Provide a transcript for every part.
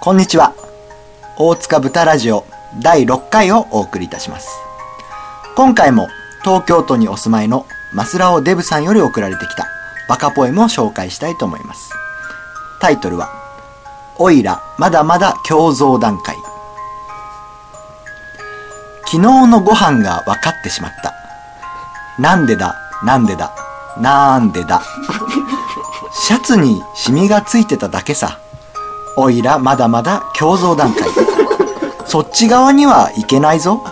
こんにちは大塚豚ラジオ第6回をお送りいたします今回も東京都にお住まいのマスラオデブさんより送られてきたバカポエムを紹介したいと思いますタイトルは「おいらまだまだ共造段階」昨日のご飯が分かってしまったなんでだなんでだなんでだシャツにシミがついてただけさおいらまだまだ共造段階そっち側にはいけないぞ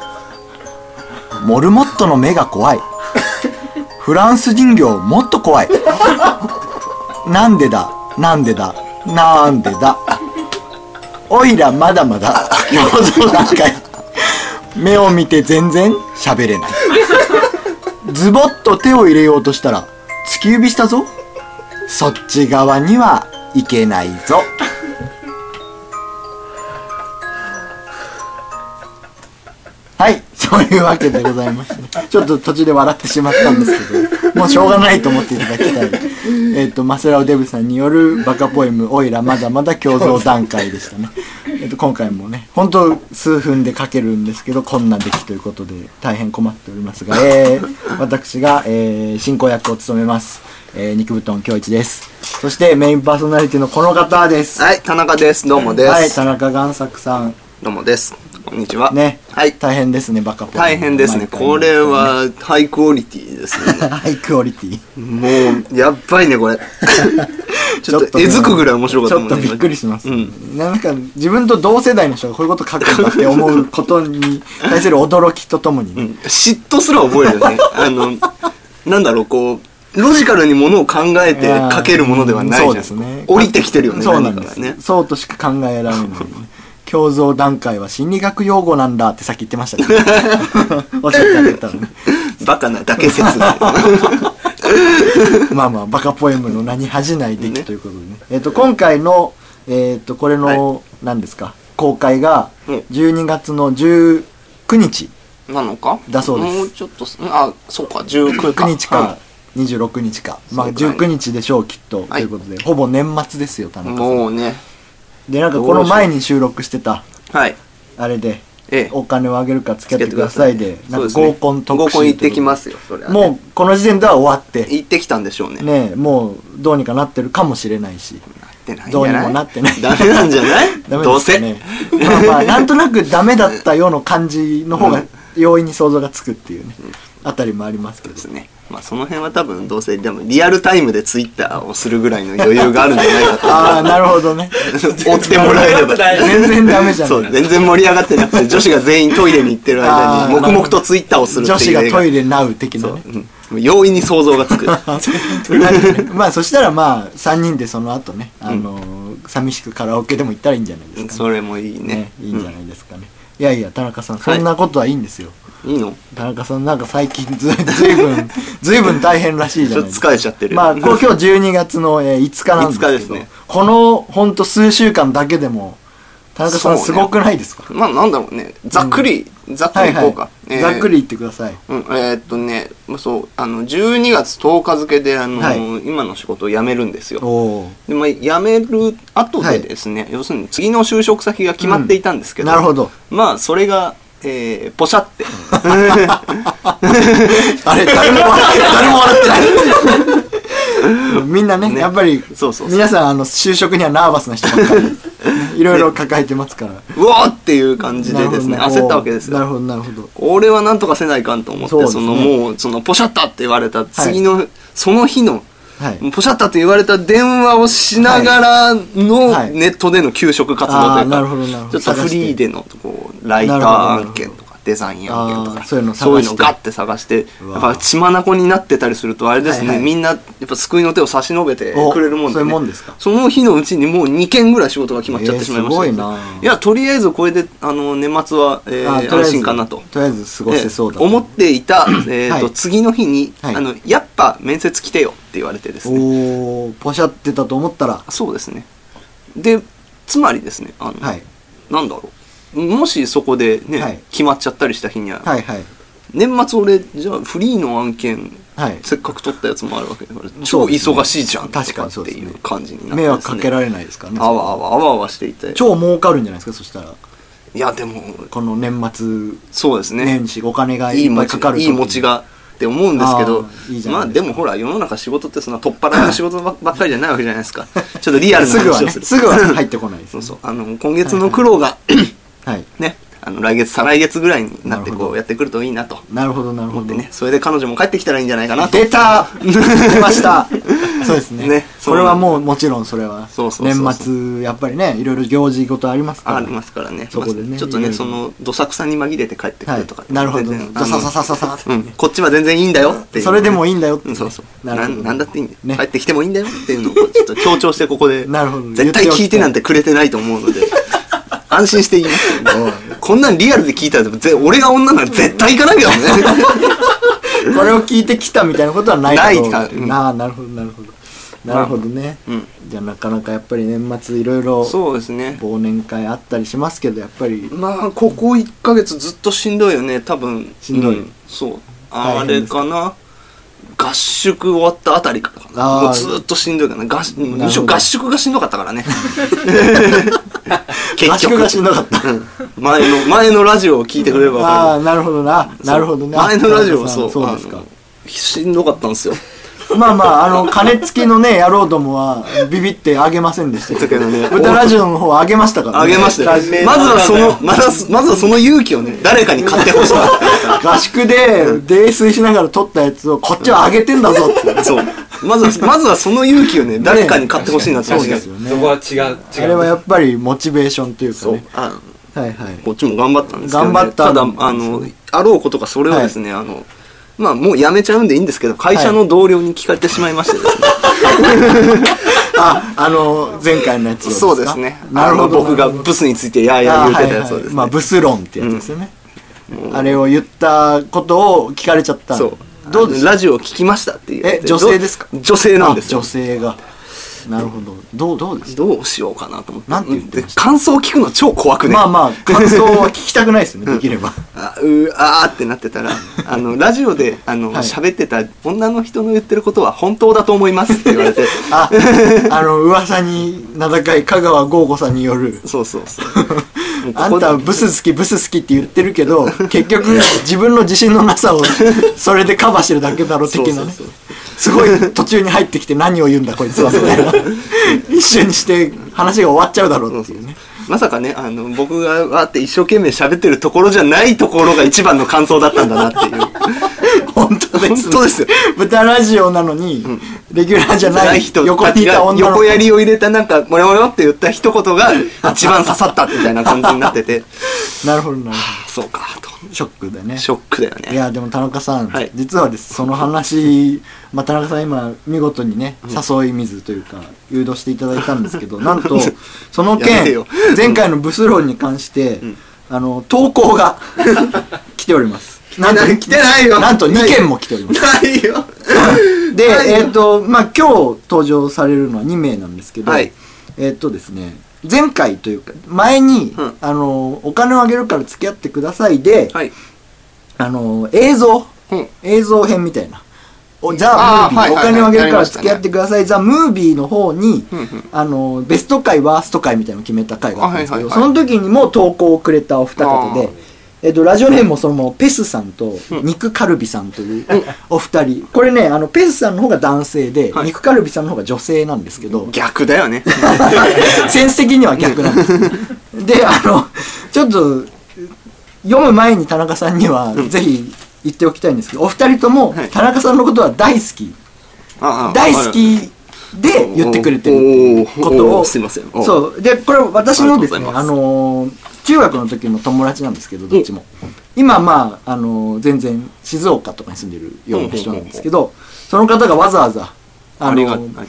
モルモットの目が怖いフランス人形もっと怖いなんでだなんでだなんでだおいらまだまだ共造段階目を見て全然喋れないズボッと手を入れようとしたら突き指したぞそっち側にはいけないぞはいそういうわけでございましてちょっと途中で笑ってしまったんですけどもうしょうがないと思っていただきたいえっとマセラオデブさんによるバカポエム「おいらまだまだ共造段階」でしたね、えっと今回もね本当数分で書けるんですけどこんな出来ということで大変困っておりますが、えー私が、えー進行役を務めます、えー、肉布団京一ですそしてメインパーソナリティのこの方ですはい、田中です。どうもです。はい田中贋作さんどうもです。こんにちは。ね、はい。大変ですねバカポエム大変ですね。毎回これはハイクオリティです ね。ハイクオリティもう、やっばい ね、これ。ちょっと、えずくぐらい面白かったもんね。ちょっとびっくりします、うん。なんか自分と同世代の人がこういうこと書くんだって思うことに対する驚きとともに、うねん嫉妬すら覚える よね。あの、なんだろう、こう、ロジカルにものを考えて書けるものではないじゃん。そうですね降りてきてるよね、そうなんで何すかがね。そうとしか考えられない、ね、共造段階は心理学用語なんだってさっき言ってました ね教えてあげたのねバカなだけ説が。 まあまあバカポエムの名に恥じない出来ということでねえっと今回のえっとこれの何ですか公開がうん12月の19日なのかだそうですもうちょっとす、あ、そうか、19か。 9日か26日かまあそうかね19日でしょうきっととはいいうことでほぼ年末ですよ田はい。中さんもうね。でなんかこの前に収録してたはい。あれでええ。お金をあげるか付き合ってくださいでなんか合コン特集合コン行ってきますすよそれはね、もうこの時点では終わって行ってきたんでしょうねねえもうどうにかなってるかもしれないしなってないんじどうゃになもいなってないダメなんじゃない ダメどでうすせ、かね。まあまあ、なんとなくダメだったような感じの方が容易に想像がつくっていうね、あたりもありますけどで。すねまあその辺は多分どうせでもリアルタイムでツイッターをするぐらいの余裕があるんじゃないかと ああ、なるほどね。追ってもらえれば全然ダメじゃそうない。全然盛り上がってなくて女子が全員トイレに行ってる間あーに黙々とツイッターをするっていう女子がトイレレナウ的なね。うん、容易に想像が つくなんかねまあそしたらまあ3人でその後ね、あのー寂しくカラオケでも行ったらいいんじゃないですか、ね それもいいねねいいんじゃないですかね、いやいや田中さんそんなことはいいんですよ、うんいいの田中さんなんか最近ずずいぶんずいぶん大変らしいじちゃょなっいでとすか疲れちゃってる まあ、こう今日12月の、えー5日なんですけど5日ですねこのほんと数週間だけでも田中さんそうねすごくないですか、まあなんだろうねざっくり、ざっくはりいいはいこうか、えーざっくり言ってくださいうん、えーっとねまあそうあの12月10日付で、あのは今の仕事を辞めるんでおすよおで、まあ、辞める後でですね、要するに次の就職先が決まっていたんですけど、なるほどまあそれが、えー、ポシャってあ れ誰も笑って誰も笑ってないみんなねねやっぱりそうそうそう皆さんあの就職にはナーバスな人ば っかり、ねいろいろ抱えてますから、うわーっていう感じでですねなるほど焦ったわけですなるよほどなるほど俺はなんとかせないかんと思ってそうそ,、ですねのもうそのポシャったって言われた次の、その日のはいポシャったって言われた電話をしながらはのいネットでの給食活動とあいあうか、なるほどなるほどちょっとフリーでのこうライター案件とかデザイン案件とあーかそういうの探してのガッて探してうわやっぱ血眼になってたりするとあれですね、はいはいみんなやっぱ救いの手を差し伸べておくれるもんそうで,、いうね、もんですかその日のうちにもう2件ぐらい仕事が決まっちゃってしまいましたけど、えーすごいないやとりあえずこれであの年末は、えあーとりあえず安心かなと。とりあえず過ごせそうだ、ええ思ってい た、えーとはい次の日に、はいあの「やっぱ面接来てよ」って言われてですねおおポシャってたと思ったらそうですねでつまりですねあの、はいなんだろうもしそこでね、はい決まっちゃったりした日には、はいはい年末俺じゃあフリーの案件はいせっかく取ったやつもあるわけだから、そ超うですね忙しいじゃん確かにそうですねっていう感じになってますね迷惑かけられないですからねあわあわあわあわしていて超儲かるんじゃないですかそしたらいやでもこの年末そうですね年始お金がいいいっぱ持いちかかるいい持ちがって思うんですけどあーいいじゃまなあいでですかもほら世の中仕事ってそんな取っ 払いの仕事ばっかりじゃないわけじゃないですかちょっとリアルなすぐは話ねをするすぐ は入ってこないですそうそうあの今月の苦労がはいねあの来月再来月ぐらいになってなるほこどうやってくるといいなとなるほどなるほ思ってどねそれで彼女も帰ってきたらいいんじゃないかなと出た出ま したそうですねねこれはもうもちろんそれはそうそうそうそう年末やっぱりねいろいろ行事ごとありますからありますからねそこでねまあちょっといろねいろそのどさくさに紛れて帰ってくはるとか、いなるほど全然さささささあのうん、こっちは全然いいんだよっていうそれでもいいんだよってうねんそうそうなるなほどんなんだっていいんだよ、ね帰ってきてもいいんだよっていうのをちょっと強調してここ でなるほど絶対聞いてなんてくれてないと思うの で安心して言いますけどこんなんリアルで聞いたらぜ俺が女なら絶対行かないけどね これを聞いてきたみたいなことはないだろうないかうんなあなるほどなるほどなるほどね、うんじゃあなかなかやっぱり年末いろいろそうですね忘年会あったりしますけどやっぱりまあここ1ヶ月ずっとしんどいよね多分しんどいうんそうあ大変れですかかな合宿終わったあたりからかあなーもうずっとしんどいかな合宿ほどむしろ合宿がしんどかったから ね結局合宿がしんどかったうん 前の前のラジオを聞いてくれれば分かるああなるほどななるほどね前のラジオあそうそうですかあのしんどかったんですよまあまあ、あの、金付きの ね、野郎どもは、ビビってあげませんでしただけどね歌ラジオの方はあげましたからあげましたよまずはそのまずはまずはその勇気をね誰かに買ってほしい合宿で、泥酔しながら撮ったやつを、こっちはあげてんだぞって。そうまずはまずはその勇気をね誰かに買ってほしいなってそう確でかすによそこはね。違うあ違れうはやっぱり、モチベーションというかそうね。あはいはい。こっちも頑張ったんですけど、ね、頑張ったんただあのあろうことかそれをですね、あのまあもう辞めちゃうんでいいんですけど会社の同僚に聞かれてしまいまして ですね、あ、あの、前回のやつをそうですねなるほど。あの僕がブスについてやーやあーー言うてたやつをですね、はいはいまあ、ブス論ってやつですよね。あれを言ったことを聞かれちゃった。そうどうですあのラジオを聞きましたっていうえ女性ですかど女性なんですあよ女性が。なるほど。どう、どうですどうしようかなと思ってなんて言ってまで感想を聞くの超怖くねまあまあ、感想は聞きたくないですね、できれば。 あうーあーってなってたらあのラジオであのはい喋、ってた女の人の言ってることは本当だと思いますって言われ てあ、あの、噂に名高い香川豪子さんによる。そうそうそうもうあここんでたはブス好きブス好きって言ってるけ ど結局自分の自信のなさをそれでカバーしてるだけだろ的なねそうそうすごい途中に入ってきて何を言うんだこいつはみ たいな一瞬にして話が終わっちゃうだろうっていうねまさかねあの僕がわーって一生懸命喋ってるところじゃないところが一番の感想だったんだなっていう 本当です本当ですよ豚ラジオなのにレギュラーじゃない横にいた女の横子やりを入れたなんか「もやもや」って言った一 言が一番刺さったみたいな感じになっててなるほどなるほそうかとどショックだねショックだよねいやでも田中さん、はい実はですその話、 まあ、田中さん今見事にね誘い水というか誘導していただいたんです けどなんとそのやめて件よ前回のブス論に関して、あの投稿が 来ておりますなんと 来てないよなんと2件も来ておりますな いよでないよえっ、とまあ今日登場されるのは2名なんですけど、はいえっ、とですね前回というか前に、うんあのお金をあげるから付き合ってくださいで、はいあの映像うん映像編みたいな「おザ・あームービーおはいはいはい金をあげるかやりらました付ねき合ってください」ザ・ムービーの方にうんうんあのベスト回ワースト回みたいなの決めた回があったんですけどあはいはいそはの時にも投稿をくれたお二方あでー。えっと、ラジオネームもそのままペスさんと肉カルビさんというお二人、これねあのペスさんの方が男性で、はい肉カルビさんの方が女性なんですけど、逆だ よねセンス的には逆なんです。で、あの、ちょっと、読む前に田中さんには、ぜひ言っておきたいんですけど、お二人ともはい田中さんのことは大好き。ああ大好きで言ってくれてるっていうことおーおを。ーすいませんおーそう。で、これ私のですね、ありあがとのー、中学の時の友達なんですけど、どっちも。今、まあ、あのー、全然静岡とかに住んでるような人なんですけど、その方がわざわざ、ああのりがー、たい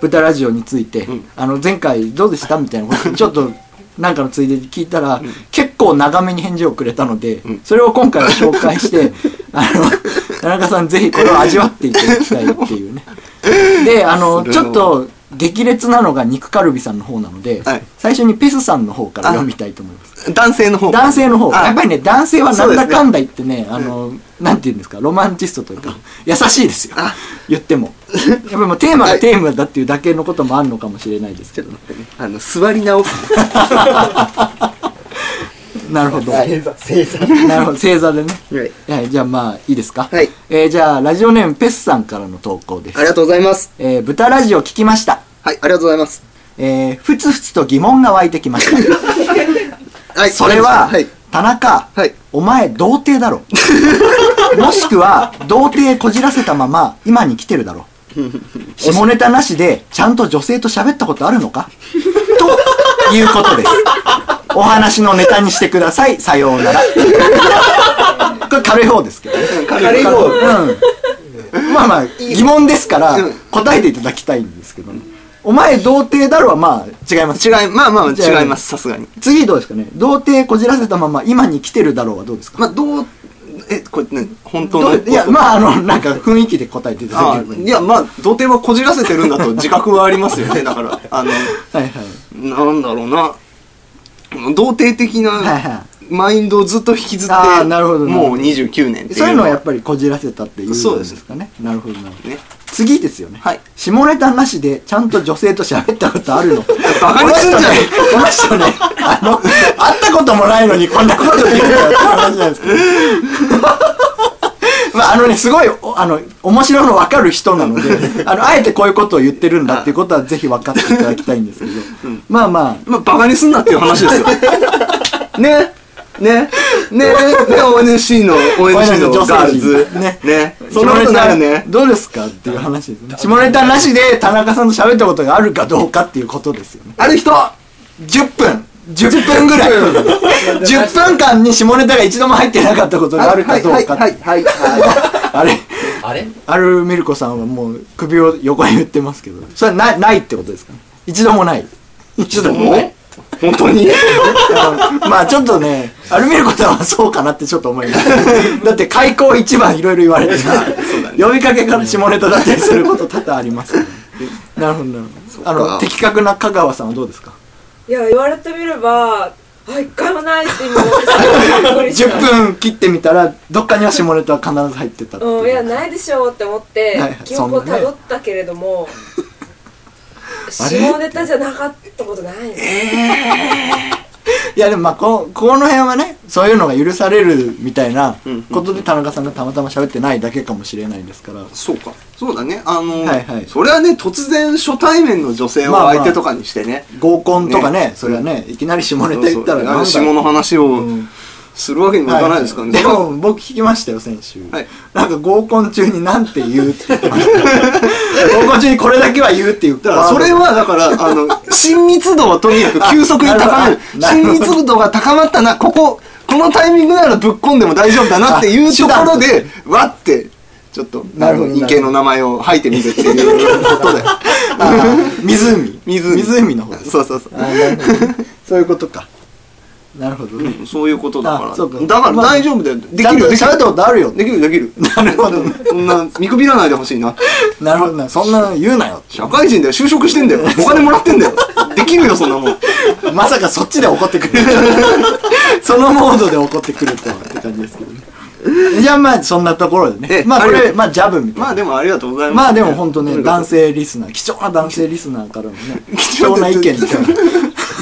豚ラジオについて、んあの前回どうでしたみたいな ことちょっとなんかのついでに聞いたら、結構長めに返事をくれたので、それを今回は紹介 してあの田中さんぜひこれを味わっていただきたいっていうねであのそれをちょっと激烈なのが肉カルビさんの方なので、はい最初にペスさんの方から読みたいと思います男性の方男性の方あやっぱりね男性はなんだかんそうだ言ってねあの、なんて言うんですかロマンチストというか優しいですよあ言ってもやっぱりもうテーマはがいテーマだっていうだけのこともあるのかもしれないですけちょっどと待ってねあの座り 直すなるほどは い座正座なるほど正座でねはいはいじゃあまあいいですかはいえーじゃあラジオネームペスさんからの投稿でありすがとうございますえー豚ラジオ聞きましたはいありがとうございますえーふつふつと疑問が湧いてきましたはいそれは、はい田中、はいお前童貞 だろもしくは童貞こじらせたまま今に来てる だろ下ネタなしでちゃんと女性と喋ったことあるのかということですお話のネタにしてくださいさよう ならこれ軽い方ですけどね軽い方うん、まあまあ疑問ですからうん答えていただきたいんですけどねお前童貞だろはまあ違います違いまあまあじゃあ違いますさすがに次どうですかね童貞こじらせたまま今に来てるだろうはどうですか、まあどうえこれ何本当どのういやまああのなんか雰囲気で答えていただけあればいいいやまあ童貞はこじらせてるん だと自覚はありますよねだからあのはいはいなんだろうな童貞的はいなはマインドをずっと引きずってあーなるほどなるほどもう29年っていうそういうのはやっぱぱりこじらせたっていうんですかねなるほどなるほどね次ですよね、はい下ネタなしでちゃんと女性と喋ったことあるのババカにすんじゃねこの人ねあの会ったこともないのにこんなこと言うからって話なんですけどまああのねすごいおあの面白いの分かる人なのであのあえてこういうことを言ってるんだっていうことはぜひ分かっていただきたいんですけど、まあまあまあバカにすんなっていう話ですよ ねねねね ONC の ONC の女性陣ガールズねねそんなことなるねどうですかっていう話ですね下ネタなしで田中さんと喋ったことがあるかどうかっていうことですよねある人10分10分ぐらい10分間に下ネタが一度も入ってなかったことがあるかどうかはいはいはいはいあれあれあるミルコさんはもう首を横に振ってますけどそれはなないってことですかね一度もない一度もない本当にあのまあちょっとね、アルミルコさんはそうかなってちょっと思います。だって開口一番いろいろ言われてさ、呼びかけから下ネタだったりすること多々ありますからね、なるほどなるほど。あの、的確な香川さんはどうですかいや言われてみればあ一回もないって今思ってすごいびっく りした10分切ってみたら、どっかには下ネタは必ず入ってたっていううんいやないでしょうって思って、はいはい記憶をそんなたねどったけれども、あれ下ネタじゃなかったことないねいやでもまあここの辺はねそういうのが許されるみたいなことで田中さんがたまたま喋ってないだけかもしれないですからそうかそうだねあの、はいはいそれはね突然初対面の女性をまあまあ相手とかにしてね、合コンとかねねそれはねいきなり下ネタそうそ言うったらなんだ下の話をうんするわけにもいかないですからはね、いでも僕聞きましたよ先週、はいなんか合コン中になんて言うって言ってました 合コン中にこれだけは言うって言っただかららそれは だからあの親密度はとにかく急速に高めるあなるほ親ど密度が高まったなこここのタイミングならぶっ込んでも大丈夫だなっていうあ手と段ことろでわってちょっとなるほど人間の名前を吐いてみるっていうこと であ 湖湖湖の方ですそうそうそうあなるほどねそういうことかなるほどね、うんそういうことだかあらそうかだからまあ大丈夫だよでちゃきんるとよできる喋ったことあるよできるできるなるほどねそんな見くびらないでほしいななるほどなそんなの言うなよ社会人だよ就職してんだよお金もらってんだよできるよそんなもんまさかそっちで怒って くるそのモードで怒ってくるとはって感じですけどねじゃあまあそんなところでねえまあこありがれとうまあジャブみたいなまあでもありがとうございますまあでも本当とねにかく男性リスナー貴重な男性リスナーからのね貴 貴重重なな意意見見ですね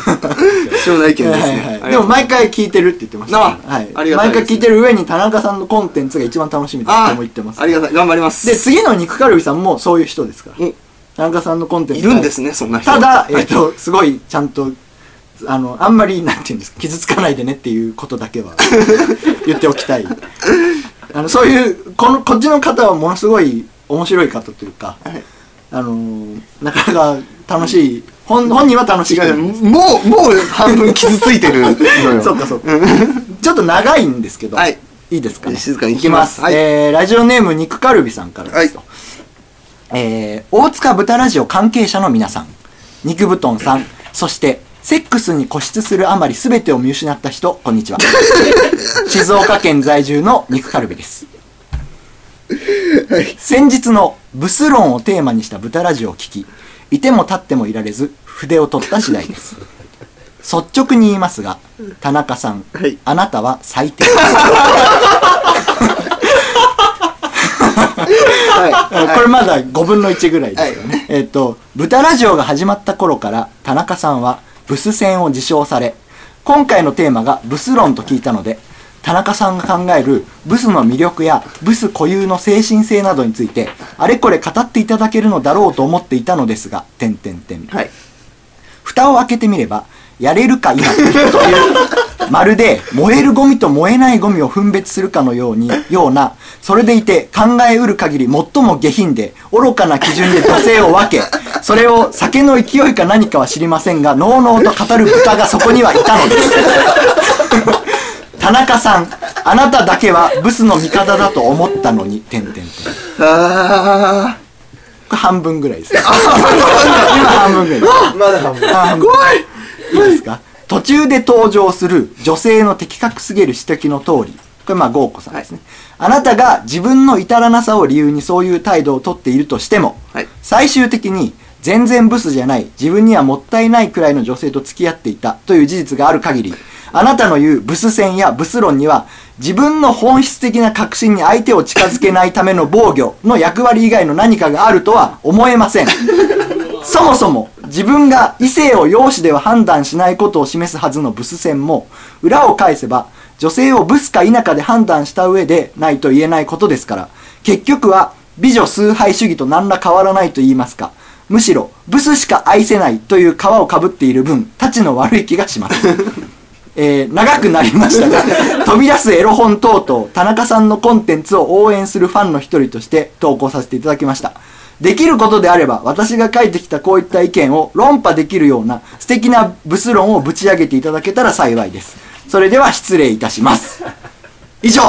貴重な意見ですね、はいはいでも毎回聞いてるって言ってましたね、あありがた毎いです回聞いてる上に田中さんのコンテンツが一番楽しみだあとあも言ってますありがたい頑張りますで次の肉カルビさんもそういう人ですからうん田中さんのコンテンいツるんですねそんな人ただ、えはっいとすごいちゃんとあのあんまりなんていうんですか傷つかないでねっていうことだけ は言っておきたいあのそういうこのこっちの方はものすごい面白い方というか、いあのーなかなか楽しい本本人は楽しい違う違うもうもう半分傷ついてる のよそうかそうかちょっと長いんですけど、はいいいですかね静かにい行ききま、ますすはいえーラジオネーム肉カルビさんからですと、えー大塚豚ラジオ関係者の皆さん肉布団さんそしてセックスに固執するあまり全てを見失った人こんにちは 静岡県在住の肉カルビです先日のブス論をテーマにした豚ラジオを聞きいても立ってもいられず筆を取った次第です率直に言いますが田中さん、はいあなたは最低ですはいこれまだ5分の1ぐらいですよね、はえっ、と「豚ラジオ」が始まった頃から田中さんはブス戦を自称され今回のテーマがブス論と聞いたので田中さんが考えるブスの魅力やブス固有の精神性などについてあれこれ語っていただけるのだろうと思っていたのですが点点点はい蓋を開けてみればやれるか否かというまるで燃えるゴミと燃えないゴミを分別するかのようにようなそれでいて考えうる限り最も下品で愚かな基準で土星を分けそれを酒の勢いか何かは知りませんがのうのうと語る豚がそこにはいたのです田中さんあなただけはブスの味方だと思ったのに点々点こあれ半分ぐらいです今半分ぐらいですまだ半分あ怖いいいですか途中で登場する女性の的確すぎる指摘の通りこれまあ豪子さんですね、 あなたが自分の至らなさを理由にそういう態度をとっているとしても、はい最終的に全然ブスじゃない自分にはもったいないくらいの女性と付き合っていたという事実がある限りあなたの言うブス戦やブス論には自分の本質的な確信に相手を近づけないための防御の役割以外の何かがあるとは思えませんそもそも自分が異性を容姿では判断しないことを示すはずのブス戦も裏を返せば女性をブスか否かで判断した上でないと言えないことですから結局は美女崇拝主義と何ら変わらないと言いますかむしろブスしか愛せないという皮をかぶっている分たちの悪い気がします。えー長くなりましたが飛び出すエロ本等々田中さんのコンテンツを応援するファンの一人として投稿させていただきましたできることであれば私が書いてきたこういった意見を論破できるような素敵なブス論をぶち上げていただけたら幸いですそれでは失礼いたします以上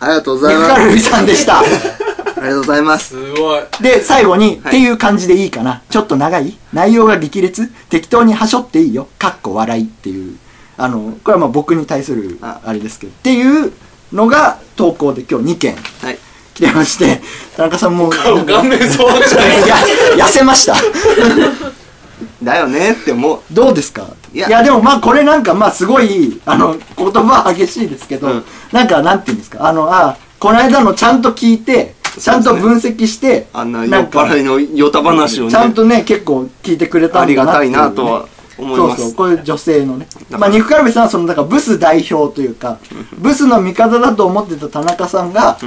ありがとうごミざいクますカルビさんでしたありがとうございますすごいで最後に、はいっていう感じでいいかなちょっと長い内容が激烈適当にはしょっていいよかっこ笑いっていうあのこれはまあ僕に対するああれですけどっていうのが投稿で今日2件はい来てまして田中さんもなんか顔面そうじゃないいや痩せましただよねって思うどうですかいいややでもまあこれなんかまあすごいあの言葉は激しいですけど、うんなんかなんて言うんですかあのあこの間のちゃんと聞いてちゃんと分析してあんな酔なんっか払いのヨタ話をねちゃんとね結構聞いてくれたあんりだがなったていいうねなとは思いますそうそうこれ女性のねだからまあ肉カルビさんはそのだからブス代表というかブスの味方だと思ってた田中さんが、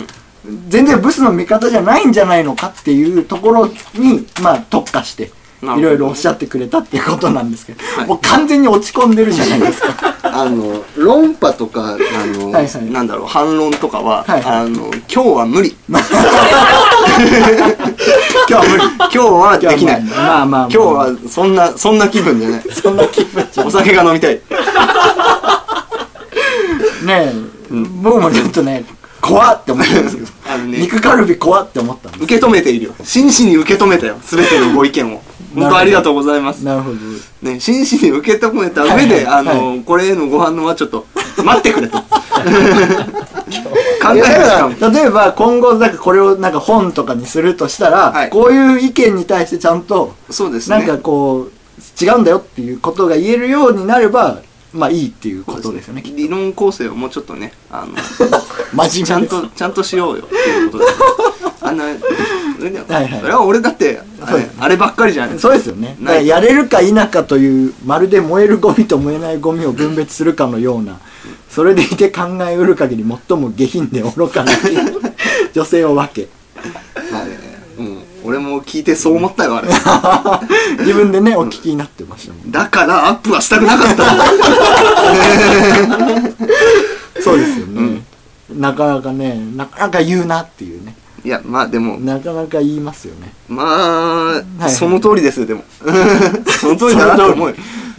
全然ブスの味方じゃないんじゃないのかっていうところにまあ特化してなるほどいろいろおっしゃってくれたっていうことなんですけど、はいもう完全に落ち込んでるじゃないです かあの論破とかあの、はいはいなんだろう反論とかは、はいはいあの今日は無理今今日は無理 日はできない今今日はまあまあまあ日はそんなそんな気分じゃないそんな気分じゃお酒が飲みたいねえ、僕もちょっとね怖って思ったんですけどあのね肉カルビ怖って思ったんです受け止めているよ真摯に受け止めたよ全てのご意見を本当ありがとうございます、なるほどね、真摯に受け止めた上で、はいはいあの、これへのご反応はちょっと待って くれと考えいる時や間だから例えば今後なんかこれをなんか本とかにするとしたら、はいこういう意見に対してちゃんとそうですなねんかこう違うんだよっていうことが言えるようになればまあいいっていうことですよね理論構成をもうちょっとねあの真ちゃ面目んですとちゃんとしようよっていうことであんなそれ,、はいはいそれは俺だってあそうれ,、ですあればっかりじゃないそうですよねだなからいやれるか否かというまるで燃えるゴミと燃えないゴミを分別するかのようなそれでいて考えうる限り最も下品で愚 かな女性を分けまあねうん、俺も聞いてそう思ったよ あれ自分でねお聞きになってましたもんだからアップはしたくなか ったそうですよね、なかなかねなかなか言うなっていうねいやまあでもなかなか言いますよねまあ、はいその通りですよ でもその通りだなと思うよ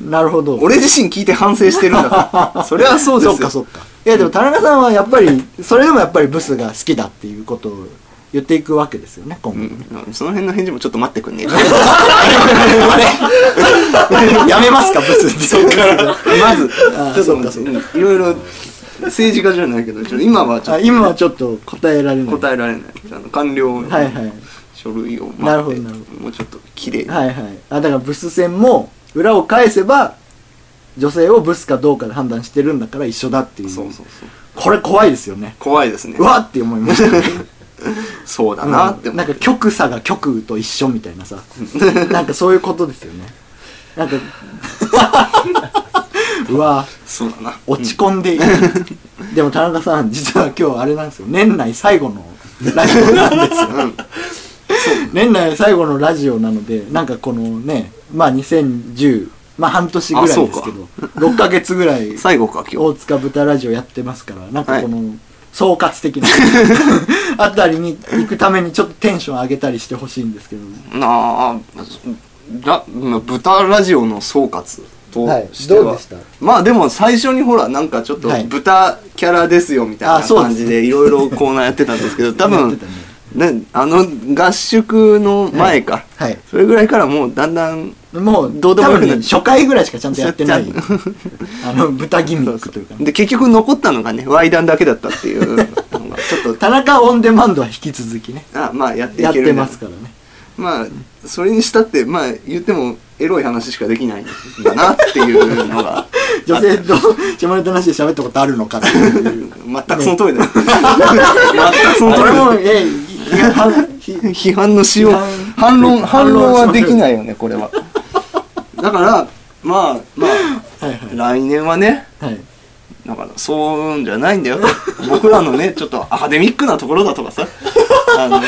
なるほど俺自身聞いて反省してるんだからそれはそうですよっか そっかいやでも田中さんはやっぱりそれでもやっぱりブスが好きだっていうことを言っていくわけですよね今後、うん、その辺の返事もちょっと待ってく んねやめ ますかブスってそっからま ずあちょっとそうかそううんいろいろ政治家じゃないけどちょっと今はちょっ今はちょっと答えられなとい答えられないあの官僚のはいはい書類をなるほ待っどてなるほもうちょっと綺麗にはいはいあだからブス戦も裏を返せば女性をブスかどうかで判断してるんだから一緒だっていうそうそうそうこれ怖いですよね怖いですねうわって思いましたねそうだなって思なんってか極左が極右と一緒みたいな さなんかそういうことですよねなんか うわそうだな落ち込んでいる、でも田中さん実は今日あれなんですよ年内最後のラジオなんですようん 年内最後のラジオなのでなんかこのねまあ2010まあ半年ぐらいですけあど6ヶ月ぐらい最後か今日大塚豚ラジオやってますからなんはかいこの総括的 なあたりに行くためにちょっとテンション上げたりしてほしいんですけどなあラ豚ラジオの総括とはいしては、どうでしたまあでも最初にほらなんかちょっとはい豚キャラですよみたいあなそうで感すねじでいろいろコーナーやってた んですけど多やっ分てたねね、あの合宿の前か、はいそれぐらいからもうだんだんもうどうでもよく多分なるね初回ぐらいしかちゃんとやってないちゃん あの豚ギミックというかねで結局残ったのがねワイダンだけだったっていうのがちょっと田中オンデマンドは引き続きねあまあやっていやっけてるんだますからねまあそれにしたってまあ言ってもエロい話しかできないんだなっていうのが女性と下ネタなしで喋ったことあるのかっていう全くその通りだよ全くその通り俺だもよえいや ひ批判のしよう批判反論 反反論論ははしましでょうきないよねこれはだからまあまはいあ来年はねはいはいだからそういうんじゃないんだよ僕らのねちょっとアカデミックなところだとかさあの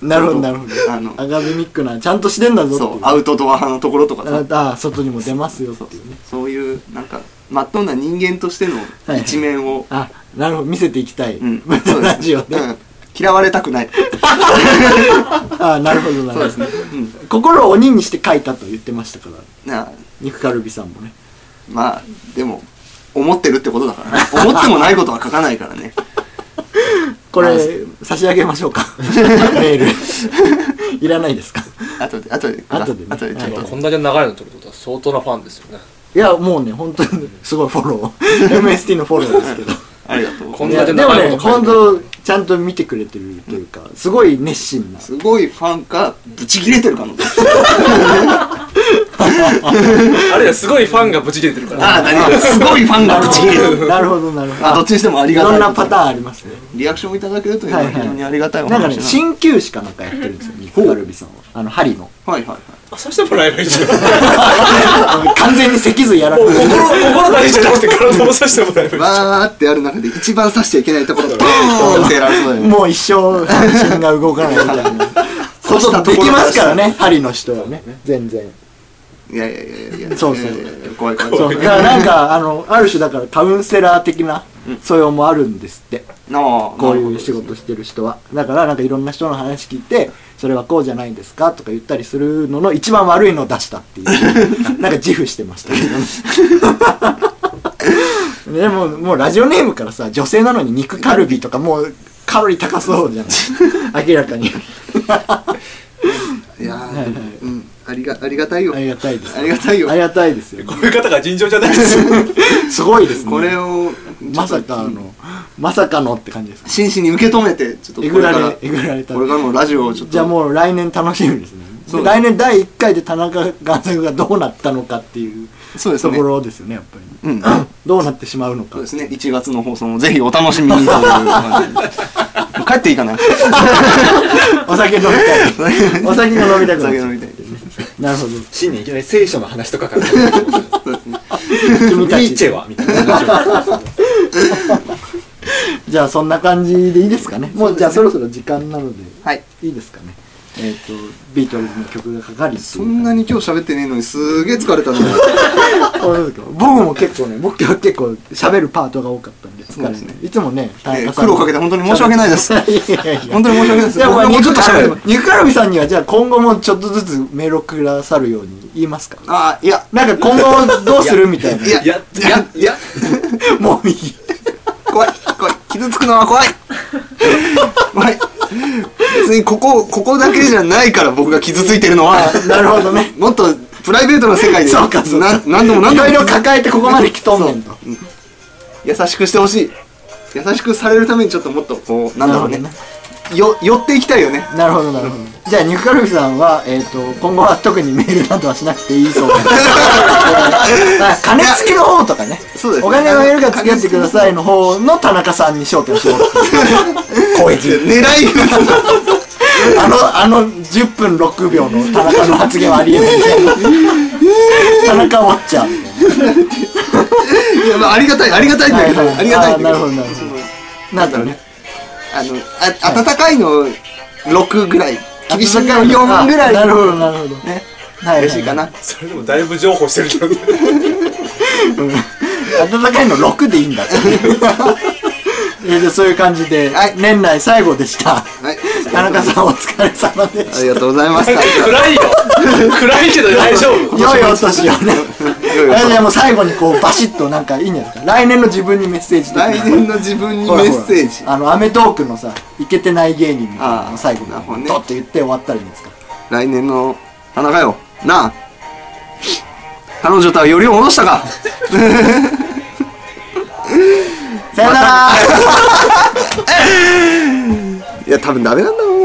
なるほどなるほあどのアカデミックなちゃんとしてんだぞってそいうアウトドア派のところとかさうああ外にも出ますよってそういうねそういうなんかまっとうな人間としての一面を、あなるほど見せていきたい、うん豚そうです ラジオで、うん嫌われたくないああなるほどなるほどうん心を鬼にして書いたと言ってましたからなあ肉カルビさんもねまあでも思ってるってことだからね 思ってもないことは書かないからねこれま差し上げましょう かメール いらないですか後で後で後でね後でちょっはと、いこんだけ長いのってことは相当なファンですよねいやもうね本当にすごいフォロー MST のフォローですけどありがとうこんいなやでも長いねこと書い本てる当ちゃんと見てくれてるというかすごい熱心なすごいファンかブチ切れてるかのあれすごいファンがブチ切れてるからああ何すごいファンがブチ切れて るなるほどなるほあ、どどっちにしてもありいがたい。ろんなパターンありますねリアクションをいただけるというのは非常にありがたいおなんかね話な鍼灸師かなんかやってるんですよ肉カルビさんはあの針 のはいはいはい。あそうしてもらえばいいじゃん完全に脊髄やられもうて 心る心だけじゃなくて体もさしてもらえばいいわーってやる中で一番刺しちゃいけないところ、ドーンってやられそうだよね。もう一生半身が動かないみたいなこ刺しとたもとでころきますからね針の人はね全然いやいやいやいやいや。そうそういやいやいや怖いそ怖うい。だからなんかあのある種だからカウンセラー的な素養もあるんですってなあこういう仕事してる人はだからなんかいろんな人の話聞いてそれはこうじゃないですかとか言ったりするのの一番悪いのを出したっていう なんか自負してましたけどね でももうラジオネームからさ女性なのに肉カルビとかもうカロリー高そうじゃ ない明らかにいやーうん。ありが、ありがたいよ。ありがたいですありがたいよありがたいですよこういう方が尋常じゃないですよすごいですねこれを、まさかのまさかのって感じですか真摯に受け止めて、ちょっとえぐこれからられ、えぐられたこれからのラジオをちょっと。じゃあもう来年楽しみですね。でそう来年第1回で田中贋作がどうなったのかっていうそうですとねこ。ろですよね、やっぱり。うん。どうなってしまうのか。そうですね。1月の放送もぜひお楽しみにという感じで。もう帰っていい かな。お酒飲みたい。お酒が飲みたくなっちゃうお酒飲みたいなるほど。死にいきなり聖書の話とかから君ニたーチち。ェはみたいな話をじゃあそんな感じでいいですかね。もうじゃあそろそろ時間なので、はい。いいですかね。えっと、ビートルズの曲がかかりっていうそんなに今日喋ってねえのにすげえ疲れたな。そうですか僕も結構ね、僕今日結構喋るパートが多かったんで疲れて、そうですいつもね、田えー中さん苦に労かけて本当に申し訳ないで す。いやいやいや本当に申し訳ないです。じゃあ、僕まあ、がももううちちょょっっとと喋れば。肉カルビさんには、じゃあ今後もちょっとずつメールをくださるように言いますかあー、いや、なんか今後どうするみたいな。いや、いや、いや、もういい。怖い、怖い。傷つくのは怖い。怖い。別にここ、ここだけじゃないから僕が傷ついてるのは、なるほどね。もっとプライベートな世界 で、そうかそうかな何度も何い度ろいろも抱えてここまで来とんねんと。優しくしてほしい。優しくされるためにちょっともっとこう、なんだろうねなる。よ、寄っていきたいよね。 なるほど、なるほど。じゃあ肉カルビさんは、えっと今後は特にメールなどはしなくていいそうですまあ金付きの方とかねそうですねお金を得るか付き合ってくださいの方の田中さんに焦点を絞って狙い撃つあの、あの10分6秒の田中の発言はありえないみたいな。田中ウォッチャーみたい いやまあありがたいありがたいんな。だけど、 ありがたいあーんなだるけほどど、なるほど。なんだろうね。あのあ温かいの6ぐらい厳しいのあ4ぐらいなるほど、なるほど。ねはい、嬉しいかな。それでもだいぶ情報してるけどね暖かいの6でいい んだ。えじゃあそういう感じで、はい年内最後でした。はい田中さんお疲れ様であしりがとうござ いました 暗いよ暗いけど大丈夫た。良いお年をね。いよあじゃあもう最後にこうバシッとなんかいいんじゃないですか。来年の自分にメッセージ的な来年の自分にほらメほらッセージあのアメトークのさイケてない芸人みたいなのあをー最後になるほどねドッて言って終わったらいいんですか来年の田中よなあ彼女とはよりを戻したかさよならいや多分ダメなんだろうな